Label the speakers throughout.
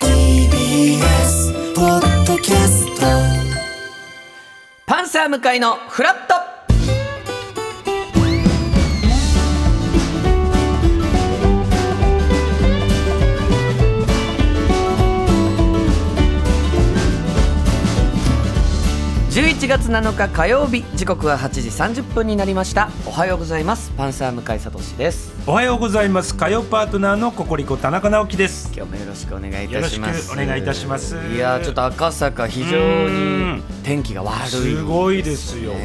Speaker 1: TBS ポッドキャスト
Speaker 2: パンサー向かいのフラット11月7日火曜日時刻は8時30分になりましたおはようございますパンサー向かいさとしです
Speaker 3: おはようございます火曜パートナーのココリコ田中直樹です
Speaker 2: 今日もよろしくお願いいたします
Speaker 3: よろしくお願いいたします
Speaker 2: いやーちょっと赤坂非常に天気が悪いですね
Speaker 3: すごいですよ本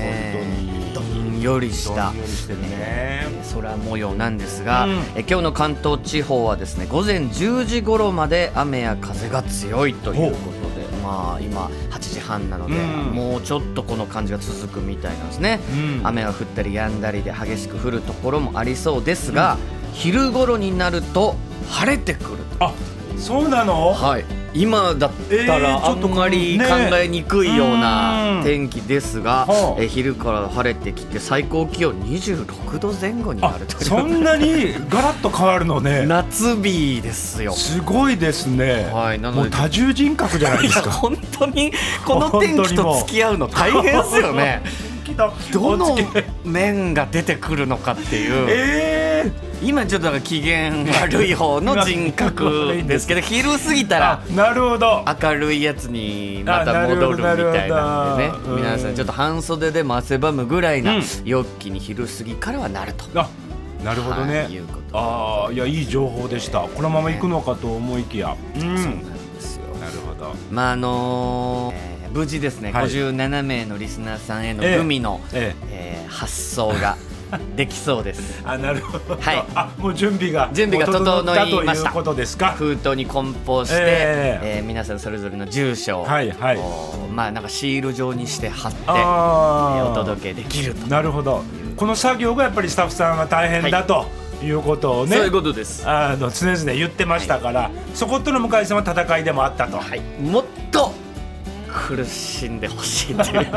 Speaker 3: 当に
Speaker 2: どんよりした
Speaker 3: どんよりしてるね
Speaker 2: 空模様なんですが、
Speaker 3: うん
Speaker 2: え今日の関東地方はですね午前10時頃まで雨や風が強いということでまあ今8時半なので、
Speaker 3: うん
Speaker 2: もうちょっとこの感じが続くみたいなんですね、
Speaker 3: うん
Speaker 2: 雨が降ったり止んだりで激しく降るところもありそうですが、昼頃になると晴れてくる
Speaker 3: あそうなの、
Speaker 2: と、はい、今だった
Speaker 3: え
Speaker 2: らあ
Speaker 3: ーちょっ
Speaker 2: ん
Speaker 3: と
Speaker 2: まり考
Speaker 3: ね
Speaker 2: えにくいよう
Speaker 3: う
Speaker 2: なん天気ですが、
Speaker 3: はあ
Speaker 2: え昼から晴れてきて最高気温26度前後にな
Speaker 3: あ
Speaker 2: るという
Speaker 3: そんなにガラッと変わる のね
Speaker 2: 夏日ですよ。
Speaker 3: すごいですね、
Speaker 2: はいなの
Speaker 3: も
Speaker 2: で
Speaker 3: う多重人格じゃないで すか
Speaker 2: 本当にこの天気と付き合うの大変ですよ ね。どの面が出てくるのかっていう。
Speaker 3: えー
Speaker 2: 今ちょっとなんか機嫌悪い方の人 格ですけど、昼過ぎた
Speaker 3: あ
Speaker 2: ら。
Speaker 3: なるほど
Speaker 2: 明るいやつにまた戻るみたいな
Speaker 3: あなる
Speaker 2: ん
Speaker 3: ほ
Speaker 2: でね
Speaker 3: どうん
Speaker 2: 皆さんちょっと半袖でも汗ばむぐらいな
Speaker 3: うん
Speaker 2: 陽気に昼過ぎからはなると、
Speaker 3: あなるほど
Speaker 2: は
Speaker 3: ね、
Speaker 2: いいうことで
Speaker 3: ああいやいい情報でしたこのまま行くのかと思いきや、うん
Speaker 2: そうなんですよ
Speaker 3: なるほど
Speaker 2: まああのーえー無事ですね、
Speaker 3: はい
Speaker 2: 57名のリスナーさんへの
Speaker 3: ええ
Speaker 2: グミの、
Speaker 3: え
Speaker 2: えー発送が できそうです
Speaker 3: あなるほど、
Speaker 2: はい
Speaker 3: あもう準備が
Speaker 2: 準備が整
Speaker 3: もうった
Speaker 2: いました
Speaker 3: ということですか
Speaker 2: 封筒に梱包して、え
Speaker 3: ええ
Speaker 2: ー皆さんそれぞれの住所を、
Speaker 3: はいはい
Speaker 2: こうまあなんかシール状にして貼って、えー
Speaker 3: あー
Speaker 2: お届けできると、
Speaker 3: なるほどこの作業がやっぱりスタッフさんが大変だということをね、
Speaker 2: そういうことです
Speaker 3: あの常々言ってましたから、そことの向井さんは戦いでもあったと、
Speaker 2: はい、もっと苦しんでほしい という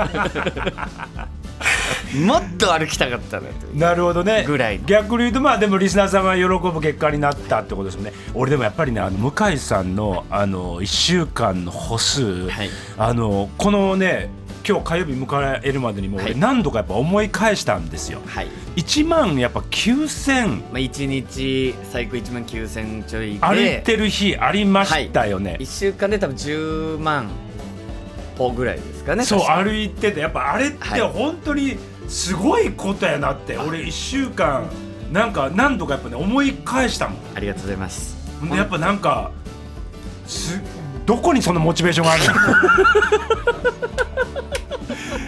Speaker 2: もっと歩きたかったねという
Speaker 3: なるほどね
Speaker 2: ぐらい
Speaker 3: 逆に言うとまあでもリスナーさんが喜ぶ結果になったってことですよね俺でもやっぱりねあの向井さんのあの1週間の歩数、
Speaker 2: はい
Speaker 3: あのこのね今日火曜日迎えるまでにも
Speaker 2: は
Speaker 3: 俺
Speaker 2: い
Speaker 3: 何度かやっぱ思い返したんですよ、
Speaker 2: はい
Speaker 3: 1万やっぱ9000
Speaker 2: まあ、1日最高1万9000ちょいで
Speaker 3: 歩いてる日ありました よね、
Speaker 2: 1週間で多分10万歩ぐらいですかね
Speaker 3: そう
Speaker 2: 確か
Speaker 3: 歩いててやっぱあれっ
Speaker 2: はい
Speaker 3: て本当にすごいことやなって、俺1週間なんか何度かやっぱね思い返したもん
Speaker 2: ありがとうございます
Speaker 3: ほんでやっぱなんかすどこにそのモチベーションがあるの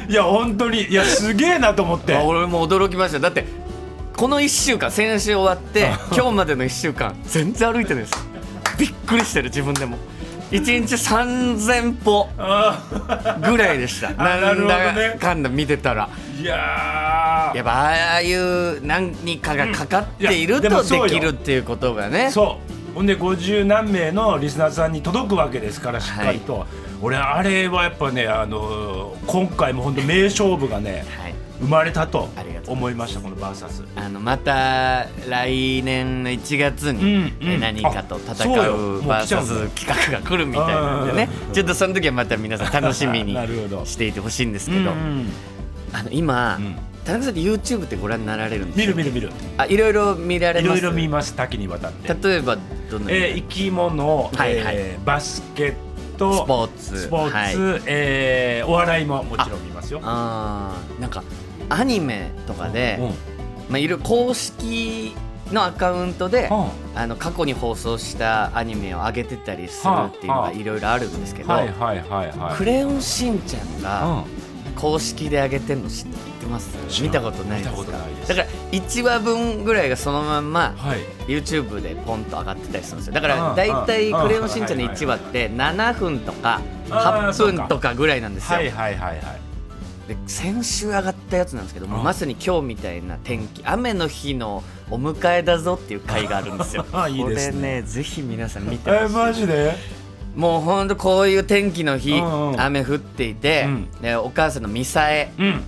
Speaker 3: いや本当にいやすげえなと思って
Speaker 2: あ俺も驚きましただってこの1週間先週終わって 今日までの1週間全然歩いてないですびっくりしてる自分でも1日3000歩
Speaker 3: あ
Speaker 2: ぐらいでした
Speaker 3: あなるほどね
Speaker 2: なんだかんだ見てたら
Speaker 3: ー いやー
Speaker 2: やっぱああいう何かがかかっている
Speaker 3: うんいや
Speaker 2: と
Speaker 3: でもそうよ
Speaker 2: できるっていうことがね
Speaker 3: そうほんで50何名のリスナーさんに届くわけですからしっかりと、俺あれはやっぱね、あのー今回も本当名勝負がね
Speaker 2: はい
Speaker 3: 生まれたと
Speaker 2: ありがとうご
Speaker 3: 思いましたこの VS
Speaker 2: あのまた来年の1月
Speaker 3: う
Speaker 2: に
Speaker 3: んうん
Speaker 2: え何かと戦
Speaker 3: あそうよ
Speaker 2: う
Speaker 3: もう来ちゃう
Speaker 2: VS 企画が来るみたいなんでね
Speaker 3: うん
Speaker 2: ちょっとその時はまた皆さん楽しみに
Speaker 3: なるほど
Speaker 2: していてほしいんですけどあの今
Speaker 3: うん
Speaker 2: 田中さんって YouTube ってご覧になられるんです
Speaker 3: 見る見
Speaker 2: る
Speaker 3: る見る
Speaker 2: あいろいろ見られ
Speaker 3: い
Speaker 2: ま
Speaker 3: ろ
Speaker 2: す
Speaker 3: いろ見ます多岐にわたって、
Speaker 2: 例えばどんな
Speaker 3: えー生き物、
Speaker 2: はいはい
Speaker 3: えーバスケット
Speaker 2: スポーツ
Speaker 3: スポーツ
Speaker 2: は
Speaker 3: えーお笑いももちろん見ますよ
Speaker 2: あーなんかアニメとかで
Speaker 3: うん
Speaker 2: まあいろいろ公式のアカウントであの過去に放送したアニメを上げてたりするっていうの
Speaker 3: はあは
Speaker 2: が
Speaker 3: あ
Speaker 2: いろいろあるんですけど
Speaker 3: はいはいはいはい
Speaker 2: クレヨンしんちゃんが公式で上げてるの知ってます
Speaker 3: 知ら
Speaker 2: 見
Speaker 3: ん
Speaker 2: たことないです
Speaker 3: 見たこと
Speaker 2: か
Speaker 3: ないです
Speaker 2: だから1話分ぐらいがそのまんま、
Speaker 3: はい
Speaker 2: YouTube でポンと上がってたりするんですよだか
Speaker 3: う
Speaker 2: ら
Speaker 3: ん
Speaker 2: 大体
Speaker 3: うん
Speaker 2: クレヨンしんちゃんの1話って7分とか
Speaker 3: あー
Speaker 2: 8分とかぐらいなんですよ
Speaker 3: はいはいはいはい
Speaker 2: で先週上がったやつなんですけども
Speaker 3: うん
Speaker 2: まさに今日みたいな天気雨の日のお迎えだぞっていう回があるんですよ
Speaker 3: あいいですね
Speaker 2: これねぜひ皆さん見てほ
Speaker 3: え
Speaker 2: しい
Speaker 3: ー、マジで
Speaker 2: もうほんとこういう天気の日、
Speaker 3: うんうん
Speaker 2: 雨降っていて、
Speaker 3: うん
Speaker 2: でお母さんのミサエ
Speaker 3: うん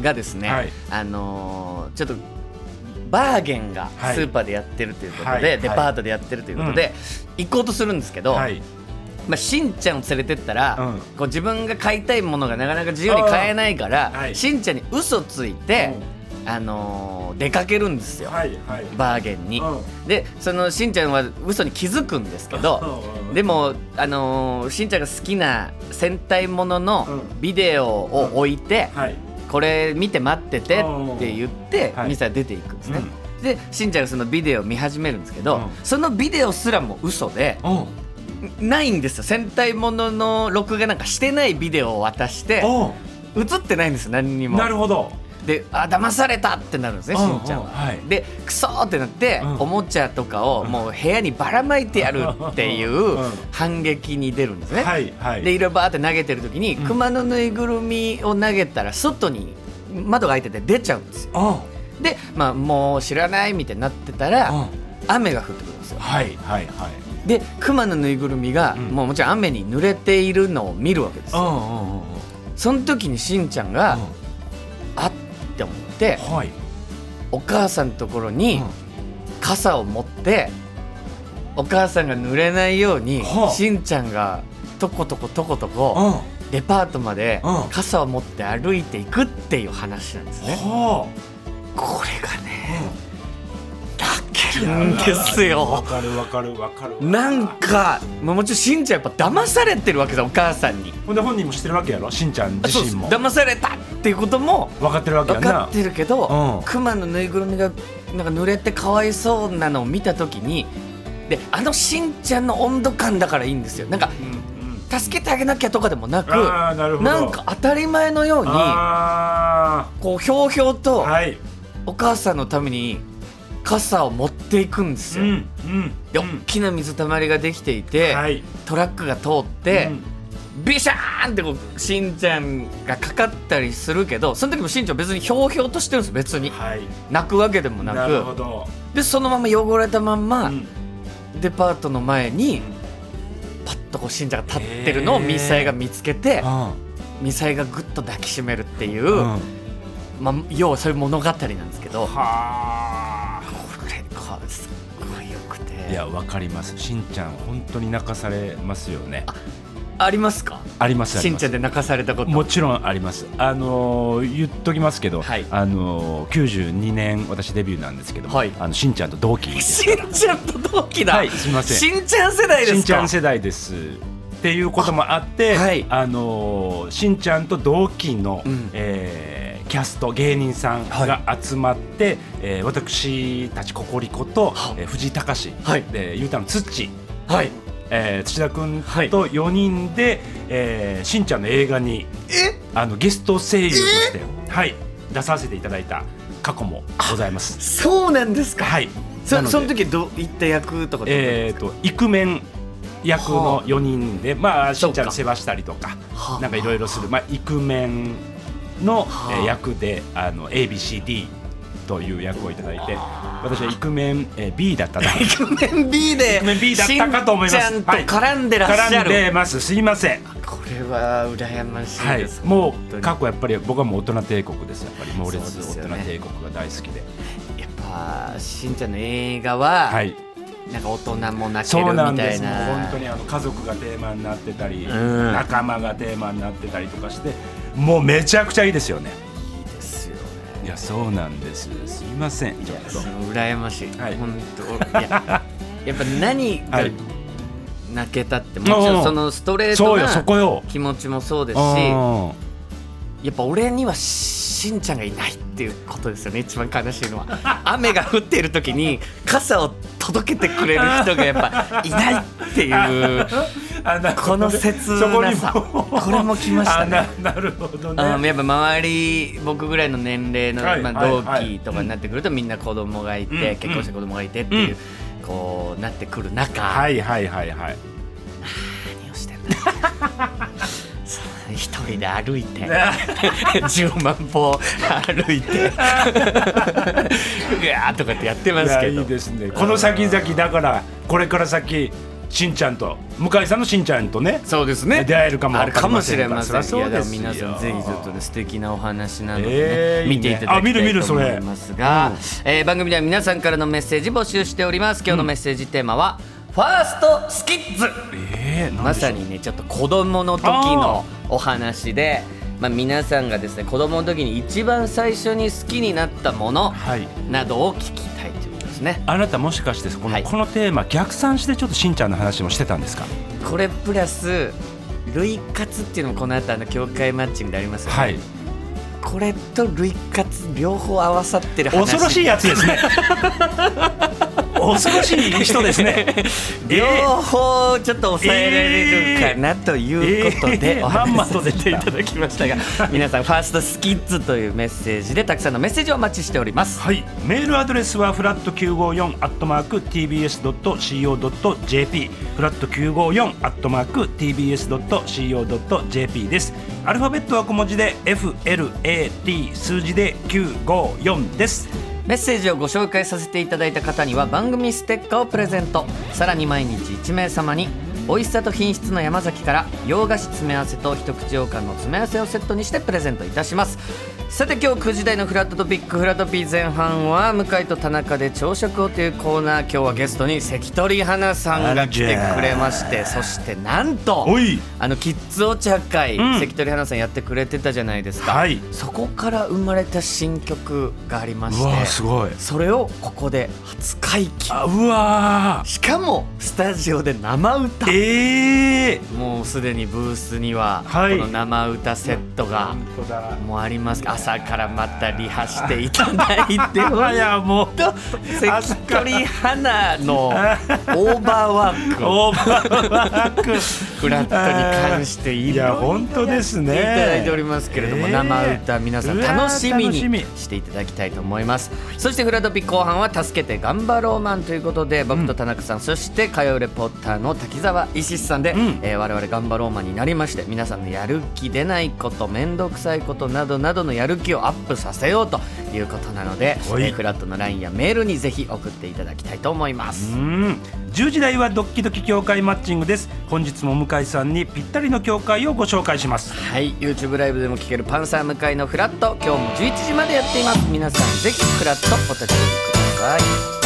Speaker 2: がですね、
Speaker 3: はい
Speaker 2: あのーちょっとバーゲンが
Speaker 3: はい
Speaker 2: スーパーでやってるということで、
Speaker 3: はい
Speaker 2: デパートでやってるということで、行こうとするんですけど、
Speaker 3: はい
Speaker 2: まあ、しんちゃんを連れてったら、
Speaker 3: うん
Speaker 2: こう自分が買いたいものがなかなか自由に買えないから、
Speaker 3: うんはい
Speaker 2: しんちゃんに嘘ついて、あのー出かけるんですよ、
Speaker 3: はいはい
Speaker 2: バーゲンに。
Speaker 3: う
Speaker 2: でそのしんちゃんは嘘に気づくんですけど。で
Speaker 3: も
Speaker 2: も、あのーしんちゃんが好きな戦隊ものの
Speaker 3: うん
Speaker 2: ビデオを置いて、
Speaker 3: はい
Speaker 2: これ見て待ってて
Speaker 3: うん
Speaker 2: って言って、
Speaker 3: はい
Speaker 2: ミサ出ていくんですね、でしんちゃんがそのビデオを見始めるんですけど、
Speaker 3: うん
Speaker 2: そのビデオすらも嘘で
Speaker 3: おう
Speaker 2: ないんですよ戦隊ものの録画なんかしてないビデオを渡して
Speaker 3: おう
Speaker 2: 映ってないんですよ何にも
Speaker 3: なるほど
Speaker 2: であ騙されたってなるんですねしんちゃんは、
Speaker 3: うんうんはい
Speaker 2: でクソーってなって、
Speaker 3: うん
Speaker 2: おもちゃとかをもう部屋にばらまいてやるって い
Speaker 3: う
Speaker 2: うん反撃に出るんですね、
Speaker 3: はいはい
Speaker 2: でいろいろバーって投げてる時に、
Speaker 3: うん
Speaker 2: 熊のぬいぐるみを投げたら外に窓が開いてて出ちゃうんですよ
Speaker 3: おう
Speaker 2: で、まあ、もう知らないみたいになってたら、
Speaker 3: うん
Speaker 2: 雨が降ってくるんですよ
Speaker 3: はいはいはい
Speaker 2: で熊のぬいぐるみが、
Speaker 3: うん
Speaker 2: もうもちろん雨に濡れているのを見るわけですよ
Speaker 3: んうんうんうん
Speaker 2: その時にしんちゃんが、あっって思って
Speaker 3: はい
Speaker 2: お母さんのところに、
Speaker 3: うん
Speaker 2: 傘を持ってお母さんが濡れないように、
Speaker 3: はあ
Speaker 2: しんちゃんがとことことこと
Speaker 3: うん
Speaker 2: こ
Speaker 3: は
Speaker 2: デパートまで
Speaker 3: うん
Speaker 2: 傘を持って歩いていくっていう話なんですね。
Speaker 3: あ
Speaker 2: これがね
Speaker 3: う
Speaker 2: 泣けるんです
Speaker 3: わ
Speaker 2: よ。
Speaker 3: かるわかるわかる
Speaker 2: なんかまあもちろんしんちゃんやっぱ騙されてるわけだお母さんに。
Speaker 3: ほんで本人も知ってるわけやろしんちゃん
Speaker 2: あ
Speaker 3: 自
Speaker 2: そうで
Speaker 3: 身
Speaker 2: す
Speaker 3: も
Speaker 2: 騙されたっていうことも
Speaker 3: 分かってるわけや
Speaker 2: 分
Speaker 3: んな
Speaker 2: かってるけど、
Speaker 3: うん
Speaker 2: クマのぬいぐるみがなんか濡れてかわいそうなのを見た時にであのしんちゃんの温度感だからいいんですよなんか
Speaker 3: うんうん
Speaker 2: 助けてあげなきゃとかでもなく
Speaker 3: あーなるほど
Speaker 2: なんか当たり前のように
Speaker 3: あ
Speaker 2: こうひょうひょう
Speaker 3: ー
Speaker 2: と
Speaker 3: はい
Speaker 2: お母さんのために傘を持っていくんです
Speaker 3: う
Speaker 2: よ。
Speaker 3: んう
Speaker 2: で大
Speaker 3: ん
Speaker 2: きな水たまりができていて、
Speaker 3: はい
Speaker 2: トラックが通って、ビシャーンってこうしんちゃんがかかったりするけどその時もしんちゃん別にひょうひょうとしてるんです別に
Speaker 3: うんはい
Speaker 2: 泣くわけでもな
Speaker 3: なるほ
Speaker 2: く
Speaker 3: ど
Speaker 2: でそのまま汚れたまんま、
Speaker 3: うん
Speaker 2: デパートの前にパッとこうしんちゃんが立ってるのを
Speaker 3: へー
Speaker 2: ミサイが見つけて
Speaker 3: う
Speaker 2: ミサイがぐっと抱きしめるっていう、
Speaker 3: んうん
Speaker 2: まあ、要はそういう物語なんですけどこ
Speaker 3: はあ
Speaker 2: れこれすっごいよくて
Speaker 3: いやわかりますしんちゃん本当に泣かされますよね
Speaker 2: ありますか
Speaker 3: ありますあり
Speaker 2: しん
Speaker 3: ま
Speaker 2: ちゃ
Speaker 3: す
Speaker 2: んで泣かされたこと
Speaker 3: もちろんあります。あのー言っときますけど、
Speaker 2: はい
Speaker 3: あのー92年私デビューなんですけども、
Speaker 2: はい
Speaker 3: あのしんちゃんと同期です。
Speaker 2: しんちゃんと同期だ。
Speaker 3: はいすいません
Speaker 2: しんちゃん世代ですか。
Speaker 3: しんちゃん世代です。っていうこともあって、
Speaker 2: あはい
Speaker 3: あのーしんちゃんと同期の、
Speaker 2: うん
Speaker 3: えーキャスト芸人さん
Speaker 2: は
Speaker 3: が集まって、えー私たちココリコと、
Speaker 2: は
Speaker 3: えー藤井隆、
Speaker 2: はい
Speaker 3: でゆうたのつっち
Speaker 2: はい。
Speaker 3: えー土田君
Speaker 2: はい
Speaker 3: と4人で、えーしんちゃんの映画にあのゲスト声優として、はい、出させていただいた過去もございます。
Speaker 2: そうなんですか。
Speaker 3: はい、な
Speaker 2: そ
Speaker 3: で
Speaker 2: その時どういった役とかどう
Speaker 3: えー、とイクメン役の4人で、まあ、し
Speaker 2: そうんか
Speaker 3: ちゃんの世話したりとか
Speaker 2: はあ
Speaker 3: なんかいろいろする、まあ、イクメンの、
Speaker 2: はあ
Speaker 3: えー役であの ABCD という役をいただいて私はイクメン、えー B だったな
Speaker 2: イクメン B で
Speaker 3: イクメン B だったかと思います
Speaker 2: しんちゃんと絡んでらっしゃ
Speaker 3: 絡ん
Speaker 2: る。
Speaker 3: でますすいません。
Speaker 2: これは羨ましい
Speaker 3: はい
Speaker 2: です。、
Speaker 3: も
Speaker 2: 本当
Speaker 3: う
Speaker 2: に
Speaker 3: 過去やっぱり僕はもう大人帝国ですやっぱり猛烈
Speaker 2: そうですよ
Speaker 3: 大
Speaker 2: ね
Speaker 3: 人帝国が大好きで、
Speaker 2: やっぱしんちゃんの映画は、
Speaker 3: はい、
Speaker 2: なんか大人も泣ける
Speaker 3: そう
Speaker 2: み
Speaker 3: なん
Speaker 2: た
Speaker 3: で
Speaker 2: い
Speaker 3: すもう
Speaker 2: な。
Speaker 3: 本当にあの家族がテーマになってたり、
Speaker 2: ん
Speaker 3: 仲間がテーマになってたりとかしてもうめちゃくちゃいいですよね
Speaker 2: いいですよね。
Speaker 3: いやそうなんですすいませんちょっ
Speaker 2: そ
Speaker 3: と
Speaker 2: の羨ましい。
Speaker 3: はい
Speaker 2: 本当いや やっぱ何が
Speaker 3: はい
Speaker 2: 泣けたってもちろ
Speaker 3: うん
Speaker 2: んそのストレー
Speaker 3: そ
Speaker 2: ト
Speaker 3: うよそ
Speaker 2: な
Speaker 3: こよ
Speaker 2: 気持ちもそうですし
Speaker 3: う
Speaker 2: やっぱ俺にはしんち ゃんがいないっていうことですよね一番悲しいのは雨が降っている時に傘を届けてくれる人がやっぱいないっていう
Speaker 3: あなるほ
Speaker 2: こ
Speaker 3: ど
Speaker 2: の
Speaker 3: ね
Speaker 2: 切
Speaker 3: そこ
Speaker 2: な
Speaker 3: に
Speaker 2: さ
Speaker 3: も
Speaker 2: これも来ましたね
Speaker 3: あななるほど
Speaker 2: あの
Speaker 3: ね
Speaker 2: やっぱ周り僕ぐらいの年齢の、
Speaker 3: はい
Speaker 2: まあ、
Speaker 3: はい
Speaker 2: 同
Speaker 3: はい
Speaker 2: 期とかになってくると、みんな子供がいて、
Speaker 3: うん
Speaker 2: 結婚して子供がいてっていう、こうなってくる中、
Speaker 3: はいはいはいはい
Speaker 2: 何をしてんだそう一人で歩い て10万歩歩い てうわーとかってやってま
Speaker 3: い
Speaker 2: す
Speaker 3: や
Speaker 2: け
Speaker 3: い
Speaker 2: ど
Speaker 3: いですねこの先々だからこれから先しんちゃんと向井さんのしんちゃんとね
Speaker 2: そうですね
Speaker 3: 出会えるかも
Speaker 2: あるかもしれま
Speaker 3: わ
Speaker 2: せ
Speaker 3: か
Speaker 2: ん
Speaker 3: りません
Speaker 2: いや
Speaker 3: からそ
Speaker 2: で
Speaker 3: う
Speaker 2: も
Speaker 3: です
Speaker 2: 皆
Speaker 3: よ
Speaker 2: さんぜひちょっとね素敵なお話なので、ね
Speaker 3: えーいいね
Speaker 2: 見ていただ
Speaker 3: あ
Speaker 2: き
Speaker 3: 見る
Speaker 2: た
Speaker 3: 見
Speaker 2: い
Speaker 3: る
Speaker 2: と
Speaker 3: そ
Speaker 2: 思
Speaker 3: れ
Speaker 2: いますが、
Speaker 3: うん
Speaker 2: えー番組では皆さんからのメッセージ募集しております今日のメッセージテーマは、ファーストスキッズ
Speaker 3: えーなんでしょう
Speaker 2: まさにねちょっと子供の時のお話で、まあ、皆さんがですね子供の時に一番最初に好きになったもの
Speaker 3: はい
Speaker 2: などを聞きたいということですね。
Speaker 3: あなたもしかしてこの,、
Speaker 2: はい
Speaker 3: このテーマ逆算してちょっとしんちゃんの話もしてたんですか
Speaker 2: これプラス類活っていうのもこの後あの教会マッチングでありますよね、
Speaker 3: はい
Speaker 2: これと類活両方合わさってる話
Speaker 3: 恐ろしいやつ ですね恐ろしい人です ね
Speaker 2: 両方ちょっと抑えられるかなということで、
Speaker 3: えー
Speaker 2: お話
Speaker 3: まんま
Speaker 2: しさ
Speaker 3: と
Speaker 2: せ
Speaker 3: 出
Speaker 2: て
Speaker 3: て
Speaker 2: い
Speaker 3: い
Speaker 2: た
Speaker 3: た
Speaker 2: だきましたが皆さんファーストスキッズというメッセージでたくさんのメッセージをお待ちしております
Speaker 3: はい、メールアドレスはフラット9 5 4アットマーク tbs ドット co ドット jp フラット9 5 4アットマーク tbs ドット co ドット jp です。アルファベットは小文字で F L A T 数字で9 5 4です。
Speaker 2: メッセージをご紹介させていただいた方には番組ステッカーをプレゼントさらに毎日1名様に美味しさと品質の山崎から洋菓子詰め合わせと一口羊羹の詰め合わせをセットにしてプレゼントいたしますさて今日9時台のフラットトピックフラトピー前半は向井と田中で朝食をというコーナー今日はゲストに関取花さんが来てくれましてそしてなんと
Speaker 3: おい
Speaker 2: あのキッズお茶会、
Speaker 3: うん
Speaker 2: 関取花さんやってくれてたじゃないですか、
Speaker 3: はい
Speaker 2: そこから生まれた新曲がありまし
Speaker 3: うわー
Speaker 2: て
Speaker 3: すごい
Speaker 2: それをここで初解禁
Speaker 3: あうわ
Speaker 2: しかもスタジオで生歌
Speaker 3: ーええ
Speaker 2: もうすでにブースにはこ
Speaker 3: はい
Speaker 2: の生歌セットが
Speaker 3: 本当だ。
Speaker 2: もうあります朝からまたリハしていただいて
Speaker 3: あやもう
Speaker 2: と関取花のオーバーワークを
Speaker 3: オーバーワーク。
Speaker 2: フラットに関してい
Speaker 3: い
Speaker 2: ろい
Speaker 3: や
Speaker 2: ろ
Speaker 3: 本当ですね。
Speaker 2: いただいておりますけれども、
Speaker 3: えー
Speaker 2: 生歌皆さん楽しみに
Speaker 3: うわー楽し
Speaker 2: していただきたいと思いますそしてフラトピ後半は「助けて頑張ろうマン」ということで僕と田中さん、そして火曜レポーターの滝沢石さんで、
Speaker 3: ん
Speaker 2: えー我々頑張ろうマンになりまして皆さんのやる気出ないこと面倒くさいことなどなどのやる気をアップさせようということなので、え
Speaker 3: はい
Speaker 2: ーフラットの LINE やメールにぜひ送っていただきたいと思います、
Speaker 3: うん10時台はドッキドキ協会マッチングです本日も向井さんにぴったりの協会をご紹介します
Speaker 2: はい YouTube ライブでも聴けるパンサー向かいのフラット今日も11時までやっています皆さんぜひフラットお立ち寄りください